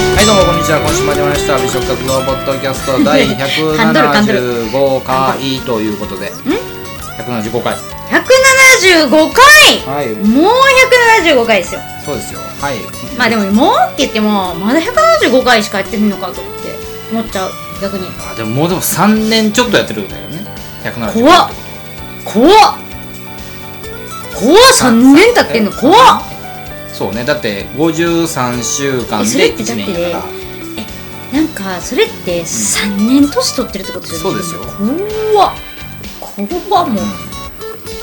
ちは今週も始まりました美食活動ポッドキャス ト第ハンドルハンドル175回ということで175回175回はいもう175回ですよそうですよはいまあでももうって言ってもまだ175回しかやってんのかと思って思っちゃう逆にあでももうでも3年ちょっとやってるんだよね175回怖っ怖っ怖っ3年経ってんの怖っそうねだって53週間えそれでってだ1って年やからなんかそれって3年年取ってるってことじゃないそうですよ怖っ怖っもう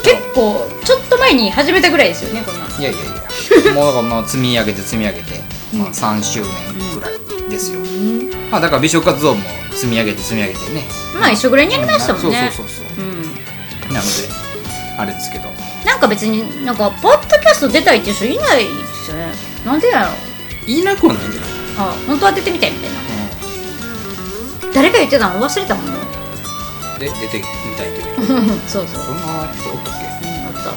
結構ちょっと前に始めたぐらいですよねこんなんいやいやいやもうだからまあ積み上げて積み上げて、まあ、3周年ぐらいですよ、うんまあだから美食活動も積み上げて積み上げてねまあ一緒ぐらいにやりましたもんねそうそうそうそううんなのであれですけどなんか別になんかポッドキャスト出たいっていう人いないですよねなんでやろいなくはないんじゃない、あ本当当ててみたいみたいな誰か言ってたの忘れたもんねで出てみたいというそうそう、うそん、んな人おったっけ、あったえ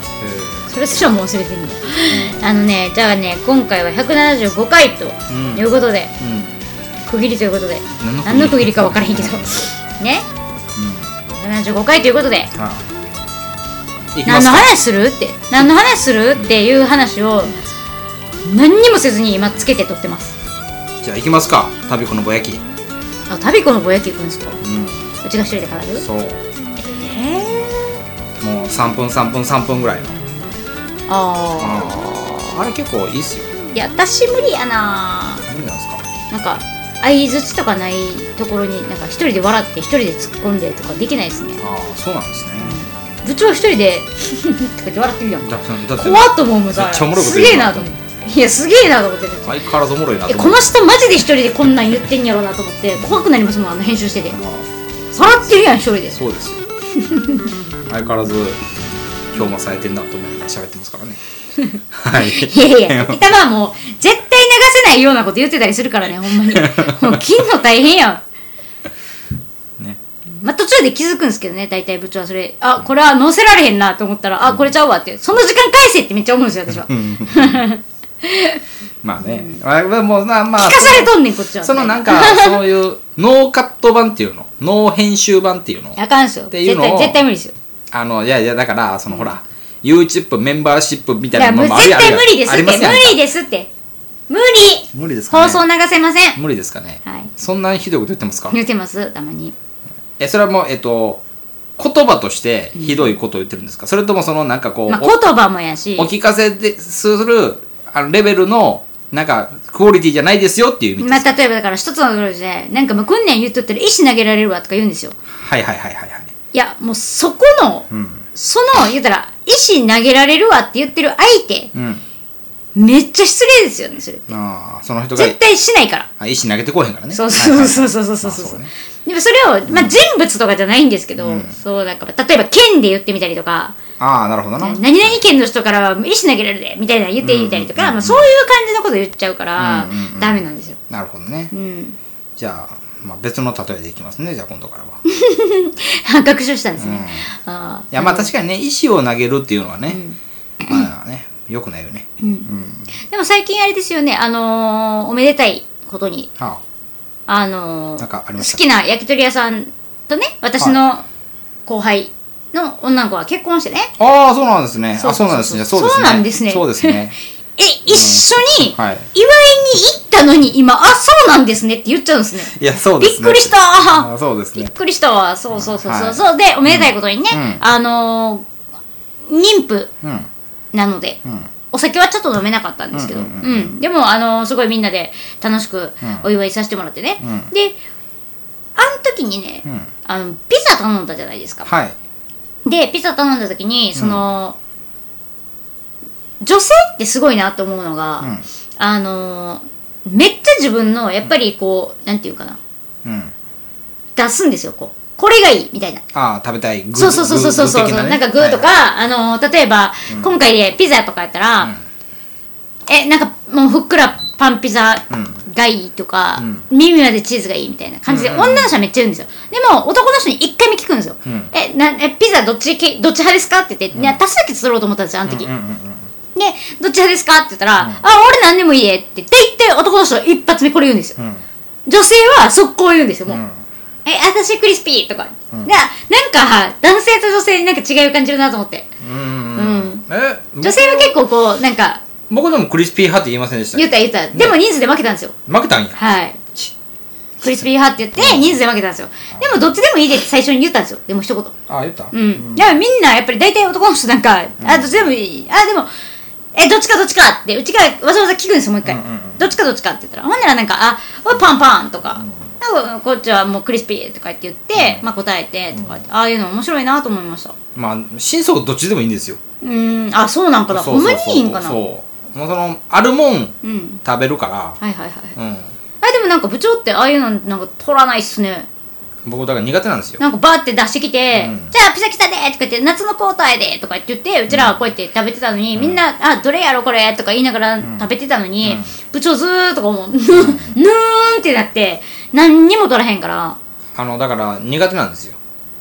それすらも忘れてんのあのねじゃあね今回は175回とうんいうことで、うん区切りということで何の何の区切りか分からへんけど うんねは75回ということでいいきま何すのか話するって何の話するっていう話を何にもせずに今つけて撮ってますじゃあ行きますか旅子のぼやきうあ旅子のぼやき行くんですかんうちが一人で変わるそうえーもう3分3分3分ぐらいのああれ結構いいっすよあいや私無理やな何なんですかなんか相づちとかないところになんか一人で笑って一人で突っ込んでとかできないですねああそうなんですね部長一人でとか言って笑ってるやんだだって怖っと思うもんさめっちゃおもろいことす言うげえなと思っていやすげえなと思って相変わらずおもろいなえとこ思っの人マジで一人でこんなん言ってんやろうなと思って怖くなりますもんあの編集してててまあ笑ってるやん一人でそう ですよ相変わらず今日もされてんなと思いながら喋ってますから ねはいいやいや板はもう絶対流せないようなこと言ってたりするからね ほんまにもう切んの大変やん ねまあ、途中で気づくんですけどね、大体部長はそれ、あ、これは載せられへんなと思ったら、あ、これちゃうわって、その時間返せってめっちゃ思うんですよ、私 は。聞まあね、まあもうなまあかされとんねん、こっちは。そのなんかそういうノーカット版っていうのノー編集版っていうのあかんっすよ。っていう絶のを対、絶対無理ですよ。あのいやいやだからそのほら YouTube メンバーシップみいたいや、なものうもある絶やん対無理ですあっりて、ま無すやん理ですって。無理無理ですかね放送流せません無理ですかね、はいそんなひどいこと言ってますか言ってます、たまに。えそれはもうえっと言葉としてひどいことを言ってるんですか、それともそのなんかこう、まあ、言葉もやしお、聞かせでするあのレベルのなんかクオリティじゃないですよっていう意味です、まあ、例えばだから一つのところで、なんかもう訓練言っとったら石投げられるわとか言うんですよ。はいはいはいはいはいいや、もうそこの、うんその、言ったら、石投げられるわって言ってる相手、うんめっちゃ失礼ですよね、それ。ああその人が絶対しないから。あ石投げてこうへんからねそうそうそうそううそうまそうそうあそうねでもそれを、まあ、人物とかじゃないんですけど、そうだから例えば県で言ってみたりとか、ああなるほどな、何々県の人からは石投げられるでみたいなの言ってみたりとか、まあ、そういう感じのこと言っちゃうから、うんうんうんダメなんですよ。なるほどね、うん、 じゃあ、まあ、別の例えでいきますねじゃあ今度からは学習したんですね。あいやまあ確かにね石を投げるっていうのはね、まあねよくないよねうん、ーでも最近あれですよね、あのーおめでたいことに、はあのーなんかありました好きな焼き鳥屋さんとね私の後輩の女の子が結婚してねあああそうなんですねそうそうそうあそうなんですねそうですねそうなんですねそうですねえ一緒うにんはい祝いに行ったのに今、あそうなんですねって言っちゃうんですねいやそうでびっすねくりしたああそうですびねっくりしたわそうそうそうはそいうそう、でおめでたいことにね、うんあのー妊婦うんなので、うんお酒はちょっと飲めなかったんですけど、ううんんうんでも、あのーすごいみんなで楽しくお祝いさせてもらってね、うんであの時にね、うんあのピザ頼んだじゃないですかはいでピザ頼んだ時にその、女性ってすごいなと思うのが、うんあのーめっちゃ自分のやっぱりこう、なんていうかなうん出すんですよこうこれがいいみたいなああ食べたい具そうそうそうそうそうそう具的な,、ねんかグーとか、はいあのー例えば、今回でピザとかやったら、んえなんかもうふっくらパンピザがいいとか、耳までチーズがいいみたいな感じで、うんうんうん女の人はめっちゃ言うんですよでも男の人に一回目聞くんですよ、うんえなえピザどっちけどっち派ですかって言って、いや多数決取ろうと思ったんですよあの時、うんうんうんで、どっち派ですかって言ったら、あ、俺何でもいいえって、で、言って男の人一発目これ言うんですよ。うん女性は速攻言うんですよ、もう。うんえ、私クリスピーとか。うんが、なんか、男性と女性になんか違いを感じるなと思って。うんうんえ女性は結構こう、なんか、僕でもクリスピー派って言いませんでした言った言った。でも人数で負けたんですよ。負けたんやはい。ちクリスピー派って言って、人数で負けたんですよ。でもどっちでもいいでって最初に言ったんですよ。でも一言。あ言ったうん。だからみんなやっぱり大体男の人なんか、あ、どっちでもいい。あ、でも、え、どっちかどっちかって、うちがわざわざ聞くんですよ、もう一回うんうんうん。どっちかどっちかって言ったら。ほんならなんか、あ、おいパンパンとか、あこっちはもうクリスピーとかって言って、まあ答えてとかって、ああいうの面白いなと思いました。まあ真相どっちでもいいんですようーん、あ、そうなんかな。そほうんまそうにそういいんかな。うそうもうそのあるもんん。食べるかはいはいはい。らうんあ、でもなんか部長ってああいうのなんか取らないっすね。僕だから苦手なんですよなんかバーって出してきて、うんじゃあピザ来たでーとか言って、夏の交代でとかって言って、うちらはこうやって食べてたのに、みんな、あ、どれやろこれとか言いながら食べてたのに、うん部長ずーっとこう、 もう、ぬーんってなって、何にも取らへんから、あのだから苦手なんですよ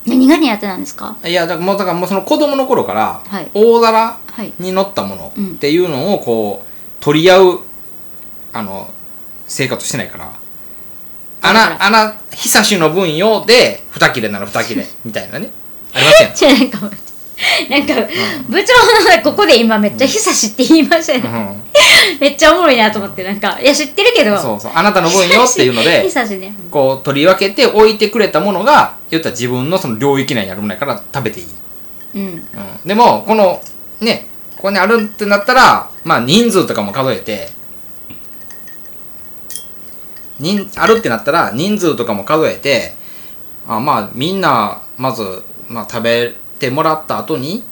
何が苦手なんですかいやだからもうだからもうその子供の頃からはい大皿はい。に乗ったものうんっていうのをこう取り合うあの生活してないから穴穴久しの分用で二切れなら二切 れみたいなねありませんじゃあなんか、なんか、部長のここで今めっちゃ久しって言いましたね。うめっちゃおもろいなと思って、なんか、いや知ってるけど、ん、そうそうあなたの分よっていうので 久しね。こう取り分けて置いてくれたものが言ったら自分のその領域内にあるものやから食べていい、うん。うん、でもこのねここにあるってなったらまあ人数とかも数えて人あるってなったら人数とかも数えてあまあみんなまず、まあ、食べてもらった後に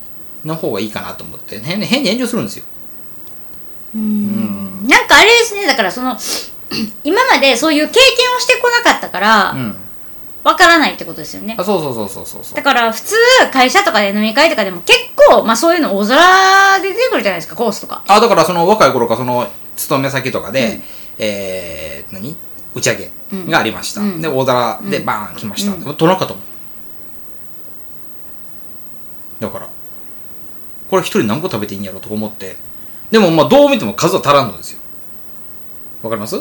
の方がいいかなと思って変に変に遠慮するんですようんなんかあれですねだからその 今までそういう経験をしてこなかったからうんわからないってことですよねあそうそうそうそうそうそうだから普通会社とかで飲み会とかでも結構、まあ、そういうの大皿で出てくるじゃないですかコースとかあだからその若い頃かその勤め先とかで、えー、何打ち上げがありました、うんで大皿でバーン来ました、うんでも取らんかったもんだからこれ一人何個食べていいんやろとか思ってでもまあどう見ても数は足らんのですよわかります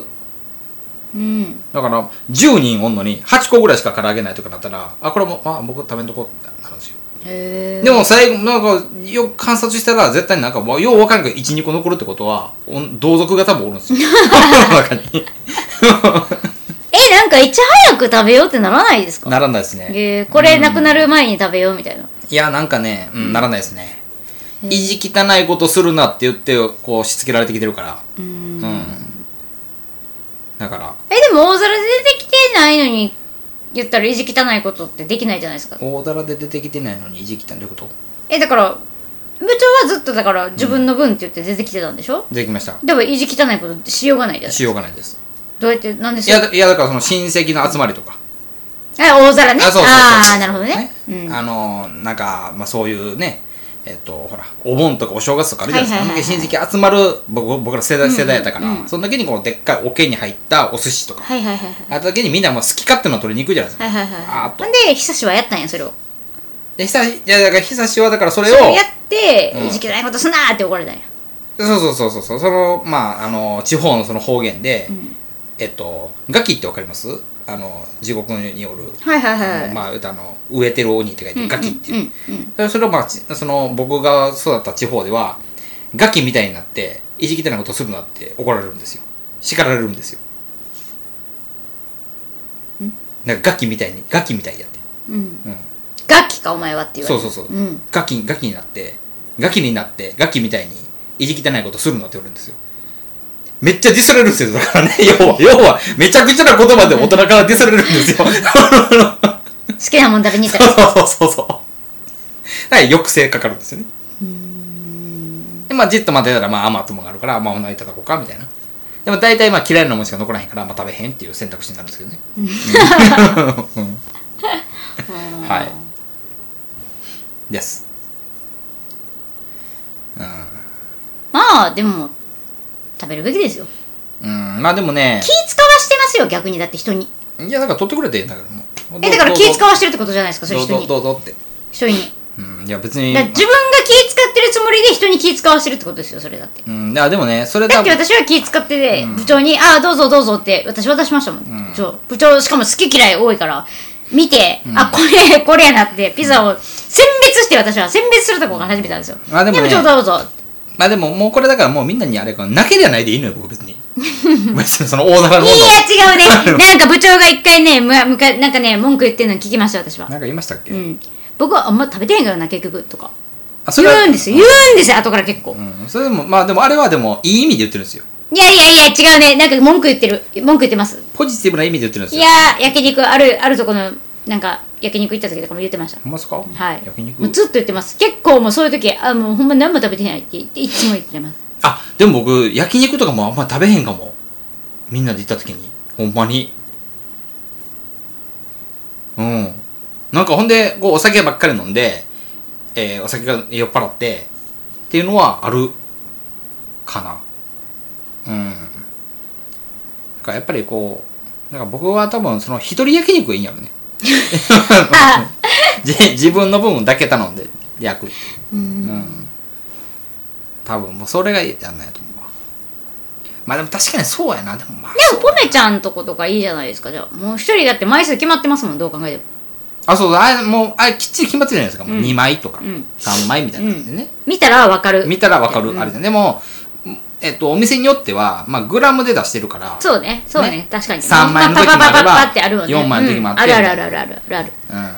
うんだから10人おんのに8個ぐらいしか唐揚げないとかなったらあこれもまあ僕食べんとこってなるんですよへえでも最後、なんか、よく観察したら、絶対なんか、まあようわからんけど、1、2個残るってことは、おん同族が多分おるん ですよ。中に。えなんかいち早く食べようってならないですかならないですね。えーこれなくなる前に食べようみたいな、いや、なんかね、うん、ならないですね。意地汚いことするなって言って、こう、しつけられてきてるから。うんうん。だから、えでも大皿で出てきてないのに言ったら意地汚いことってできないじゃないですか大皿で出てきてないのに意地汚いどういうことえだから部長はずっとだから自分の分って言って出てきてたんでしょ、できました。でも意地汚いことしようがないじゃないしようがないです。どうやってなんでいすや、かだいやだからその親戚の集まりとか。え大皿ねあ、そうそうそうああなるほどねうんあのーなんか、まあ、そういうね、えっと、ほら、お盆とかお正月とかあるじゃないですか。はいはいはいはいあの時親戚集まる、僕僕ら世代世代やったから、うんうんうんその時にこのでっかい桶に入ったお寿司とか、はいはいはいあった時にみんなもう好き勝手なの取りに行くじゃないですか。はいはいあはーいとほんで久しはやったんやそれをで、久し、いや、だから久しはだからそれそを、れやってうん意地汚いことすなーって怒られたんやそうそうそうそうそう、その、まあ、あのー地方のその方言で、んえっと、ガキってわかりますあの、地獄におる、はいはいあのまあ、あの、植えてる鬼って書いて、ガキっていう。うんうんそれをまあちその僕が育った地方ではガキみたいになって意地汚いことするなって怒られるんですよ叱られるんですよなんかガキみたいにガキみたいやって、うんうんうん、ガキかお前はって言われそうるそうそう、うんガキガキになってガキになってガキみたいに意地汚いことするなって言われるんですよめっちゃディスられるんですよだからね 要は要はめちゃくちゃな言葉で大人からディスられるんですよ好きなもん食べに行ったらそうそうそうそう。はい、抑制かかるんですよね。で、まあ、じっと待ってたら、まあ、余ったもんがあるから、まあ、お腹いただこうか、みたいな。でも、大体、まあ、嫌いなもんしか残らへんから、まあ、食べへんっていう選択肢になるんですけどね。うんはい。です。まあでも食べるべきですようん、まあ、でもね気、使わしてますよ逆にだって人にいや、だから取ってくれていいんだけども。えだから気使わしてるってことじゃないですかそれどう人ぞ、にどうぞって。人にうん、いや、別いにや。自分が気使っってるつもりで人に気使わせてるってことですよ、それだって。うん、いやでもね、それだ多って分、私は気使ってて、部長に、ああ、どうぞどうぞって、私渡しましたもん、部長。部長、しかも好き嫌い多いから、見て、あ、これ、これやなって、ピザを選別して私は、選別するとこが始めたんですよ。あでもね部長どうぞ。まあでももうこれだからもうみんなにあれかな、なけりゃないでいいのよ、僕別に。別にその大皿いのもいのを。や、違うね。なんか部長が一回ね、むむかなんかね、文句言ってるの聞きました、私は。なんか言いましたっけ、うん。僕はあんま食べてへんからな、結局、とか。あ、そ言れはうんですよ、言うんですよ、後から結構。うん、それでも、まあでもあれはでも、いい意味で言ってるんですよ。いやいやいや、違うね。なんか文句言ってる。文句言ってます。ポジティブな意味で言ってるんですいよ。やー、焼肉、ある、あるとこの、なんか、焼肉行った時とかも言ってました。ほんまですかはい。焼肉もう。ずっと言ってます。結構もうそういう時、あ、もうほんま何も食べてないって言って、いつも言ってます。 あ、でも僕、焼肉とかもあんま食べへんかも。みんなで行った時に。ほんまに。うん。なんかほんで、こう、お酒ばっかり飲んで、えーお酒が酔っ払って、っていうのはある、かな。うん。なんかやっぱりこう、なんか僕は多分その一人焼肉がいいんやろね。あ、じ自分の分だけ頼んで焼く。う。うんん。多分もうそれがやんないと思うわ。まあでも確かにそうやな。でもまあ。でも、ポメちゃんとことかいいじゃないですか、じゃあ。もう一人だって枚数決まってますもん、どう考えても。あ、そうそう。あれ、もう、あれきっちり決まってるじゃないですか。もううん2枚とか、うん3枚みたいなんでね。見たらわかる。見たらわかる、うんあれじゃん。でも、えっと、お店によっては、まあ、グラムで出してるから、そうね、そうね、確かに。三枚の時もあればパパパパパってあるわね。四枚の時もあってうんあるあるあるあるあるある。うん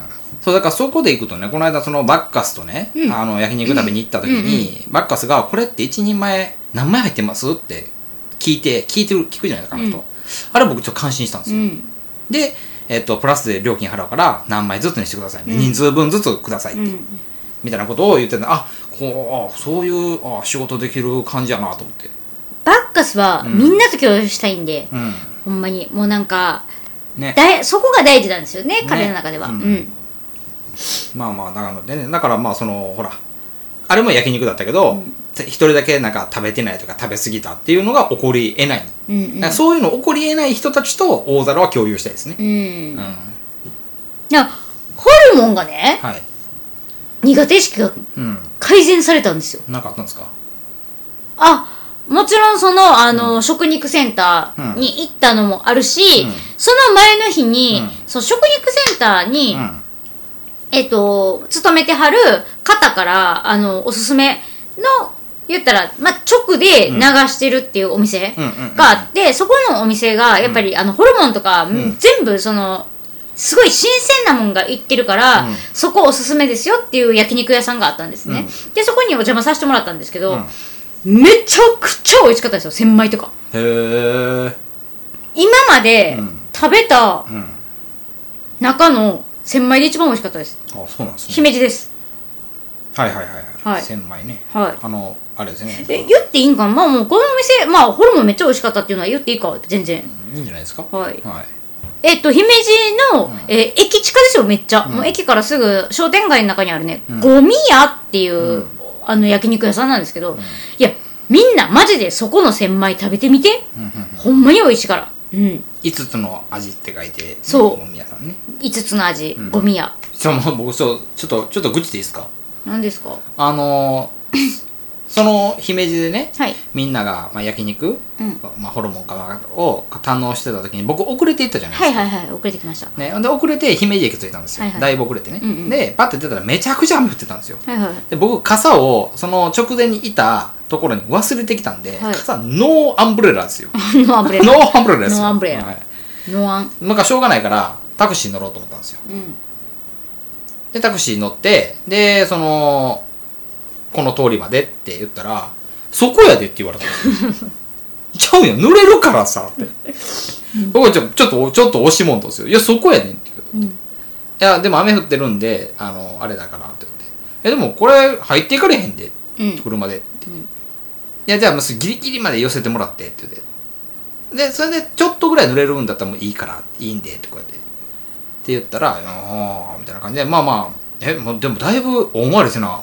そうだからそこで行くとねこの間そのバッカスとね、うんあの焼肉食べに行った時に、バッカスが「これって一人前何枚入ってます?」って聞いて聞いてる聞くじゃないですかあの人、うんあれ僕ちょっと感心したんですうよ、ん。で、えっとプラスで料金払うから何枚ずつにしてください、うん人数分ずつくださいって、うん。みたいなことを言ってたあこうあそういうあ仕事できる感じやなと思ってバッカスはみんなと共有したいんで、うんほんまにもうなんかねだいそこが大事なんですよね彼の中では、うんうんまあまあだからねだからまあそのほらあれも焼肉だったけど一、人だけなんか食べてないとか食べ過ぎたっていうのが起こりえない、うんだからそういうの起こりえない人たちと大皿は共有したいですねう、んうんだかはらホルモンがねい苦手意識がうん改善されたんですよなんかあったんですかあもちろんそのあの、食肉センターに行ったのもあるし、うんその前の日に、うそう食肉センターに、うんえっと、勤めてはる方から、あの、おすすめの、言ったら、まあ、直で流してるっていうお店うんうんうんうんがあって、そこのお店が、やっぱり、あの、ホルモンとか、ん全部、その、すごい新鮮なもんがいってるから、うんそこおすすめですよっていう焼肉屋さんがあったんですね。で、そこにお邪魔させてもらったんですけど、めちゃくちゃ美味しかったですよ、千枚とか。へえ今までうん食べたうん中の千枚で一番美味しかったです。あそうなんですね姫路です。はいはいはいはい千枚ねはい。あのあれですねえ言っていいんかなまあもうこのお店まあホルモンめっちゃ美味しかったっていうのは言っていいか全然いいんじゃないですかはいはいえっと姫路の、んえー駅地下ですよめっちゃ、んもう駅からすぐ商店街の中にあるね、んゴミ屋っていう、うんあの焼肉屋さんなんですけど、いやみんなマジでそこの千枚食べてみて、うんうんうんほんまに美味しいからうん5つの味って書いてそう皆さんね5つの味、んゴミ屋ちょもう僕そうちょっとちょっと愚痴でいいですか何ですかあのーその姫路でね、はいみんなが、まあ、焼肉、うんまあ、ホルモンかなを堪能してた時に僕遅れて行ったじゃないではすいか、はいはい遅れてきましたね、で遅れて姫路駅着いたんですよ、はいはいだいぶ遅れてね、うんうんでパッて出たらめちゃくちゃ雨降ってたんですよはいはい で僕傘をその直前にいたところに忘れてきたんで、はい傘ノーアンブレラですよノーアンブレノラーアンブレラですよノーアンブレラはい、ノアンなんかしょうがないからタクシー乗ろうと思ったんですようんでタクシー乗ってでそのこの通りまでって言ったら「そこやで」って言われたんですよちゃうやん濡れるからさ」って僕ちょちょっとちょっと押し問答ですよ「いやそこやねん」って言ううんいやでも雨降ってるんであのあれだから」って言って「えでもこれ入っていかれへんでうん車で」って、うんいやじゃあもうギリギリまで寄せてもらって」って言ってでそれでちょっとぐらい濡れるんだったらもういいからいいんでとか言ってって言ったら「ああ」みたいな感じでまあまあえもうでもだいぶ大回りせな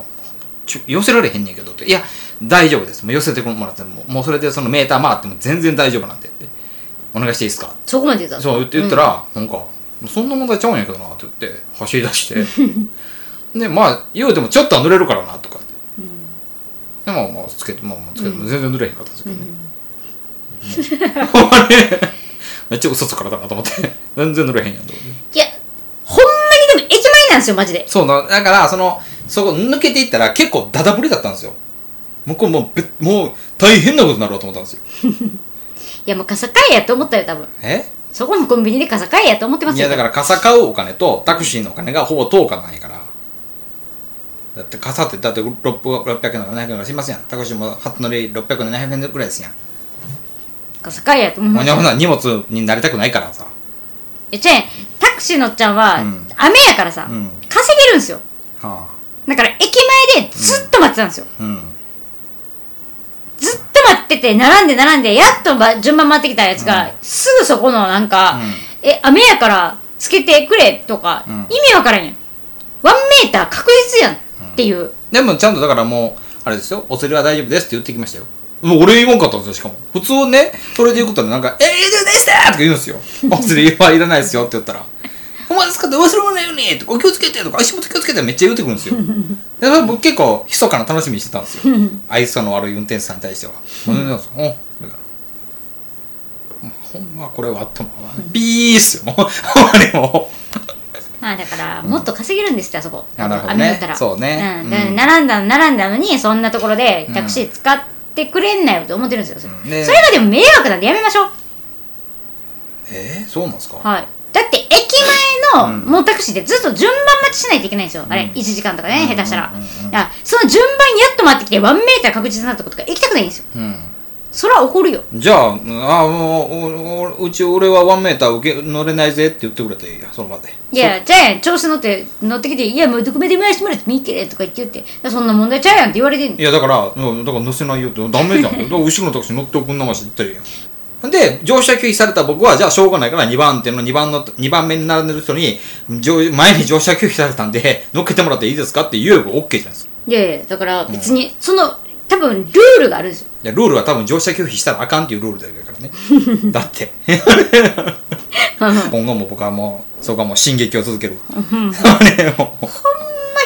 ちょ寄せられへんねんけどって「いや大丈夫ですもう寄せてもらってももうそれでそのメーター回っても全然大丈夫なんで」って「お願いしていいですか」そこまで言ったそう言って言ったら、なんか「そんな問題ちゃうんやけどな」って 言って走り出してでまあ言うてもちょっとは濡れるからなとかってうんでももうつけてもうもうつけて、もう全然濡れへんかったですけどね、うん ほんまにめっちゃ嘘つからだなと思って 全然濡れへんやんと思っていやほんまにでも駅前なんですよマジでそうなだからそのそこ抜けていったら結構ダダぶりだったんですよ向こうもうべもう大変なことになるわと思ったんですよいやもう傘買えやと思ったよ多分えそこのコンビニで傘買えやと思ってますいよやだから傘買うお金とタクシーのお金がほぼ10日ないからだって傘ってだって600 600円とか700円ぐらいしますやんタクシーも初乗り600円700円ぐらいですやん傘買えやと思いもまうし日た本は荷物になりたくないからさえじゃあタクシー乗っちゃんは、うん雨やからさ、うん稼げるんですよはだから駅前でずっと待ってたんですよ、あうんずっと待ってて並んで並んでやっとば順番回ってきたやつが、すぐそこのなんか、え雨やからつけてくれとか、うん意味わからんやんワンメーター確実やんっていう、でもちゃんとだからもうあれですよお釣りは大丈夫ですって言ってきましたよもう俺言わんかったんですよしかも普通ねそれで言うことでなんか「ええいるでした!」とか言うんですよ「お釣りはいらないですよ」って言ったら「ほんまですか?」って「忘れ物ないように」とか「お気をつけて」とか「足元気をつけて」めっちゃ言うてくるんです よでそれ僕結構密かな楽しみにしてたんです よ愛想の悪い運転手さんに対しては「もう全然ですよおだからほんまこれはあったのはビーっすよもうほんまにもうまあだからもっと稼げるんですってあそこ、あなるほどね雨だったらそうねんだからうん並んだの並んだのにそんなところでタクシー使ってくれんなよと思ってるんですよ、うんねそれがでも迷惑なんでやめましょうえー、そうなんですかはい。だって駅前のうんもうタクシーってずっと順番待ちしないといけないんですよ。あれ、うん1時間とかね、下手したら。うんうんうんうんだからその順番にやっと待ってきて、ワンメーター確実なとことか行きたくないんですよ。うんそれは怒るよ。じゃあ、うんあもうおお、うち俺はワンメーター受け乗れないぜって言ってくれたらいいや、その場で。いや、じゃあやん、調子乗って、乗ってきて、いや、もうどこまで回してもらってもいいけれとか言って言って、そんな問題ちゃうやんって言われてんのいや、だから、うんだから乗せないよって、ダメじゃん。だから後ろのタクシー乗っておくんなましって言ってるやん。で、乗車拒否された僕は、じゃあしょうがないから2番手の2番の、2番目に並んでる人に、乗前に乗車拒否されたんで、乗っけてもらっていいですかって言えば OK じゃないですか。いやいや、だから別に、その、多分ルールがあるんですよ。いや、ルールは多分乗車拒否したらあかんっていうルールだけだからね。 だって。今後も僕はもう、そこはもう進撃を続ける。 あれもうほんま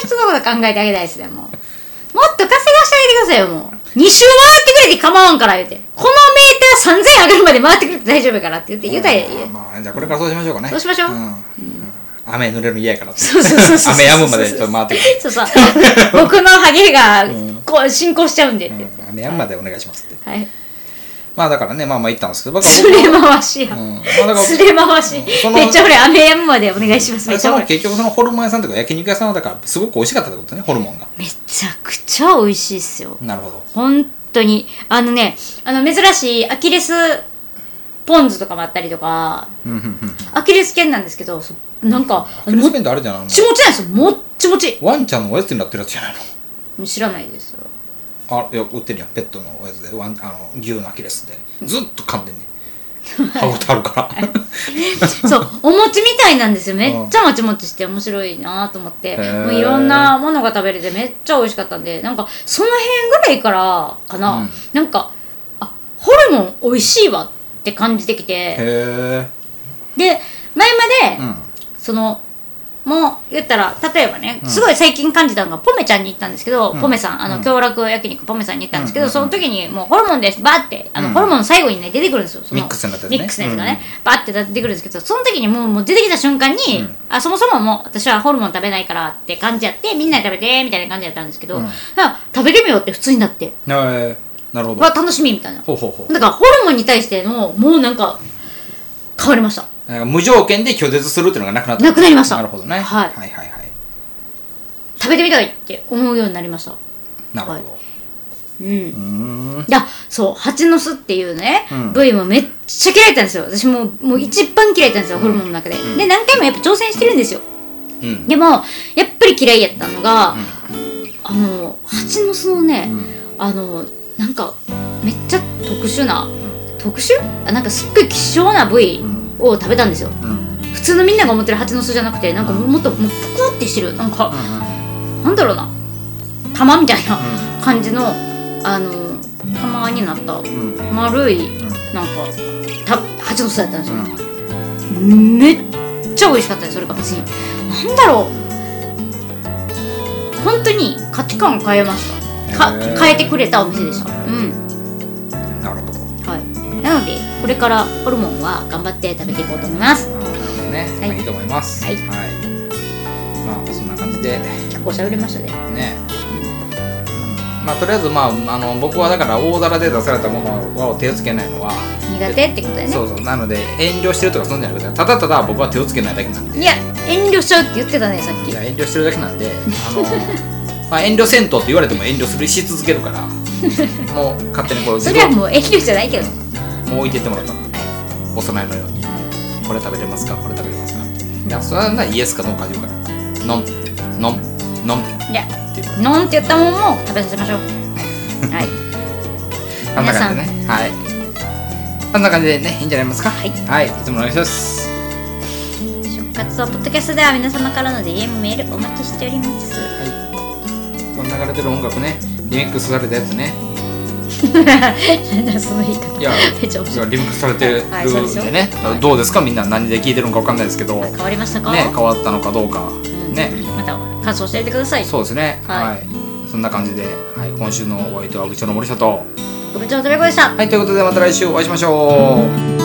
人のこと考えてあげたいですね、もう。もっと稼がしてあげてくださいよ、もう。2周回ってくれて構わんから言うて。このメーター3000上がるまで回ってくれて大丈夫やからって言って言うたらいい。まあ、じゃあこれからそうしましょうかね。そうしましょうんん雨濡れるの嫌やからってそうそうそうそう。雨止むまでちょっと回ってくそうそう。 僕のハゲが、こう、進行しちゃうんでって。れ。うん雨止むまでお願いしますって。はい。まあだからね、まあまあ言ったんです けど、だからすれ回しや。うんまあだからすれ回し。そのめっちゃ俺、雨やむまでお願いします。僕めっちそゃの俺。結局そのホルモン屋さんとか焼肉屋さんはだからすごく美味しかったってことね、ホルモンが。めちゃくちゃ美味しいっすよ。なるほど。本当に。あのね、あの、珍しいアキレスポン酢とかもあったりとか、うんうんうん。アキレス腱なんですけど、そなんか、アあキのレもスっ腱ってあれじゃないちもちなんですよ。もっちもち。のワンちゃんのおやつになってるやつじゃないの知らないですよ。 あ、いや、売ってるやん。ペットのおやつで、ワン、あの、牛のアキレスで。ずっと噛んで んね。歯ごたえあるから。そう、お餅みたいなんですよ。めっちゃもちもちして面白いなと思って、ーもういろんなものが食べれてめっちゃ美味しかったんで、なんかその辺ぐらいからかな、うんなんか、あ、ホルモン美味しいわって感じてきて、へで、前まえ。で、うん。その、もう言ったら、例えばね、すごい最近感じたのが、ポメちゃんに行ったんですけど、ポメさん、あの、京楽焼肉ポメさんに行ったんですけど、その時に、もうホルモンです、バーって、あの、ホルモンの最後にね、出てくるんですよ。そのミックスになったやつねミックスのやつがね、バーって出てくるんですけど、その時にもう、もう出てきた瞬間に、あ、そもそももう、私はホルモン食べないからって感じやって、みんなで食べて、みたいな感じやったんですけど、あ食べれるよって普通になって、へえ。なるほどわ、。楽しみみたいな。ほうほうほう。だから、ホルモンに対しての、もうなんか、変わりました。なんか無条件で拒絶するっていうのがなくなったなくなりましたなるほどね、はいはいはいはい食べてみたいって思うようになりました。なるほど、うん。うーんいや、そう、蜂の巣っていうね、ん部位もめっちゃ嫌いだったんですよ。私もう、もう一番嫌いだったんですよ、ホルモンの中で。で、何回もやっぱ挑戦してるんですよ。うんでも、やっぱり嫌いやったのが、あの、蜂の巣のね、あの、なんか、めっちゃ特殊な、特殊あなんかすっごい希少な部位を食べたんですよ。うん普通のみんなが思ってる蜂の巣じゃなくて、なんかもっと、もう、ぷくってしてる。なんか、なんだろうな玉みたいな感じの、あの玉になったん丸い、なんかた蜂の巣だったんですよ、めっちゃ美味しかったですそれが別になんだろう本当に価値観を変えましたかへー変えてくれたお店でしたうんなるほどはいなのでこれからホルモンは頑張って食べていこうと思いますね、はいまあいいと思いますはいまあそんな感じで結構喋りましたねねまあとりあえずまああの僕はだから大皿で出されたものは手をつけないのは苦手ってことだよねそうそうなので遠慮してるとかそんじゃなくてただただ僕は手をつけないだけなんでいや遠慮しちゃうって言ってたねさっきいや遠慮してるだけなんであの、 まあ、遠慮せんとって言われても遠慮するし続ける からもう勝手にこうそ自れは分もう遠慮じゃないけどもう置いてってもらったのお供えのようにこれ食べれますかこれ食べれますかいやそれはなイエスかノーか言うからノンノンノンいやっていうノンって言ったもんも食べさせま しょうはいこんな感じでねはいこんな感じでねいいんじゃないですかはいはい、いつものお願いします食活動ポッドキャストでは皆様からの DM メールお待ちしております この流れてる音楽ねリミックスされたやつねなんだその言い方いやめっちゃ面い白やいリミックスされてるはいそうでんしょでねはいどうですかみんな何で聴いてるのか分かんないですけど変わりましたか、ね、変わったのかどうか、ね、また感想教えてくださいそうですね、ははいい、そんな感じで、はい、今週のお相手は部長の森下と。ご部長のとめこでしたはい、ということで、また来週お会いしましょう。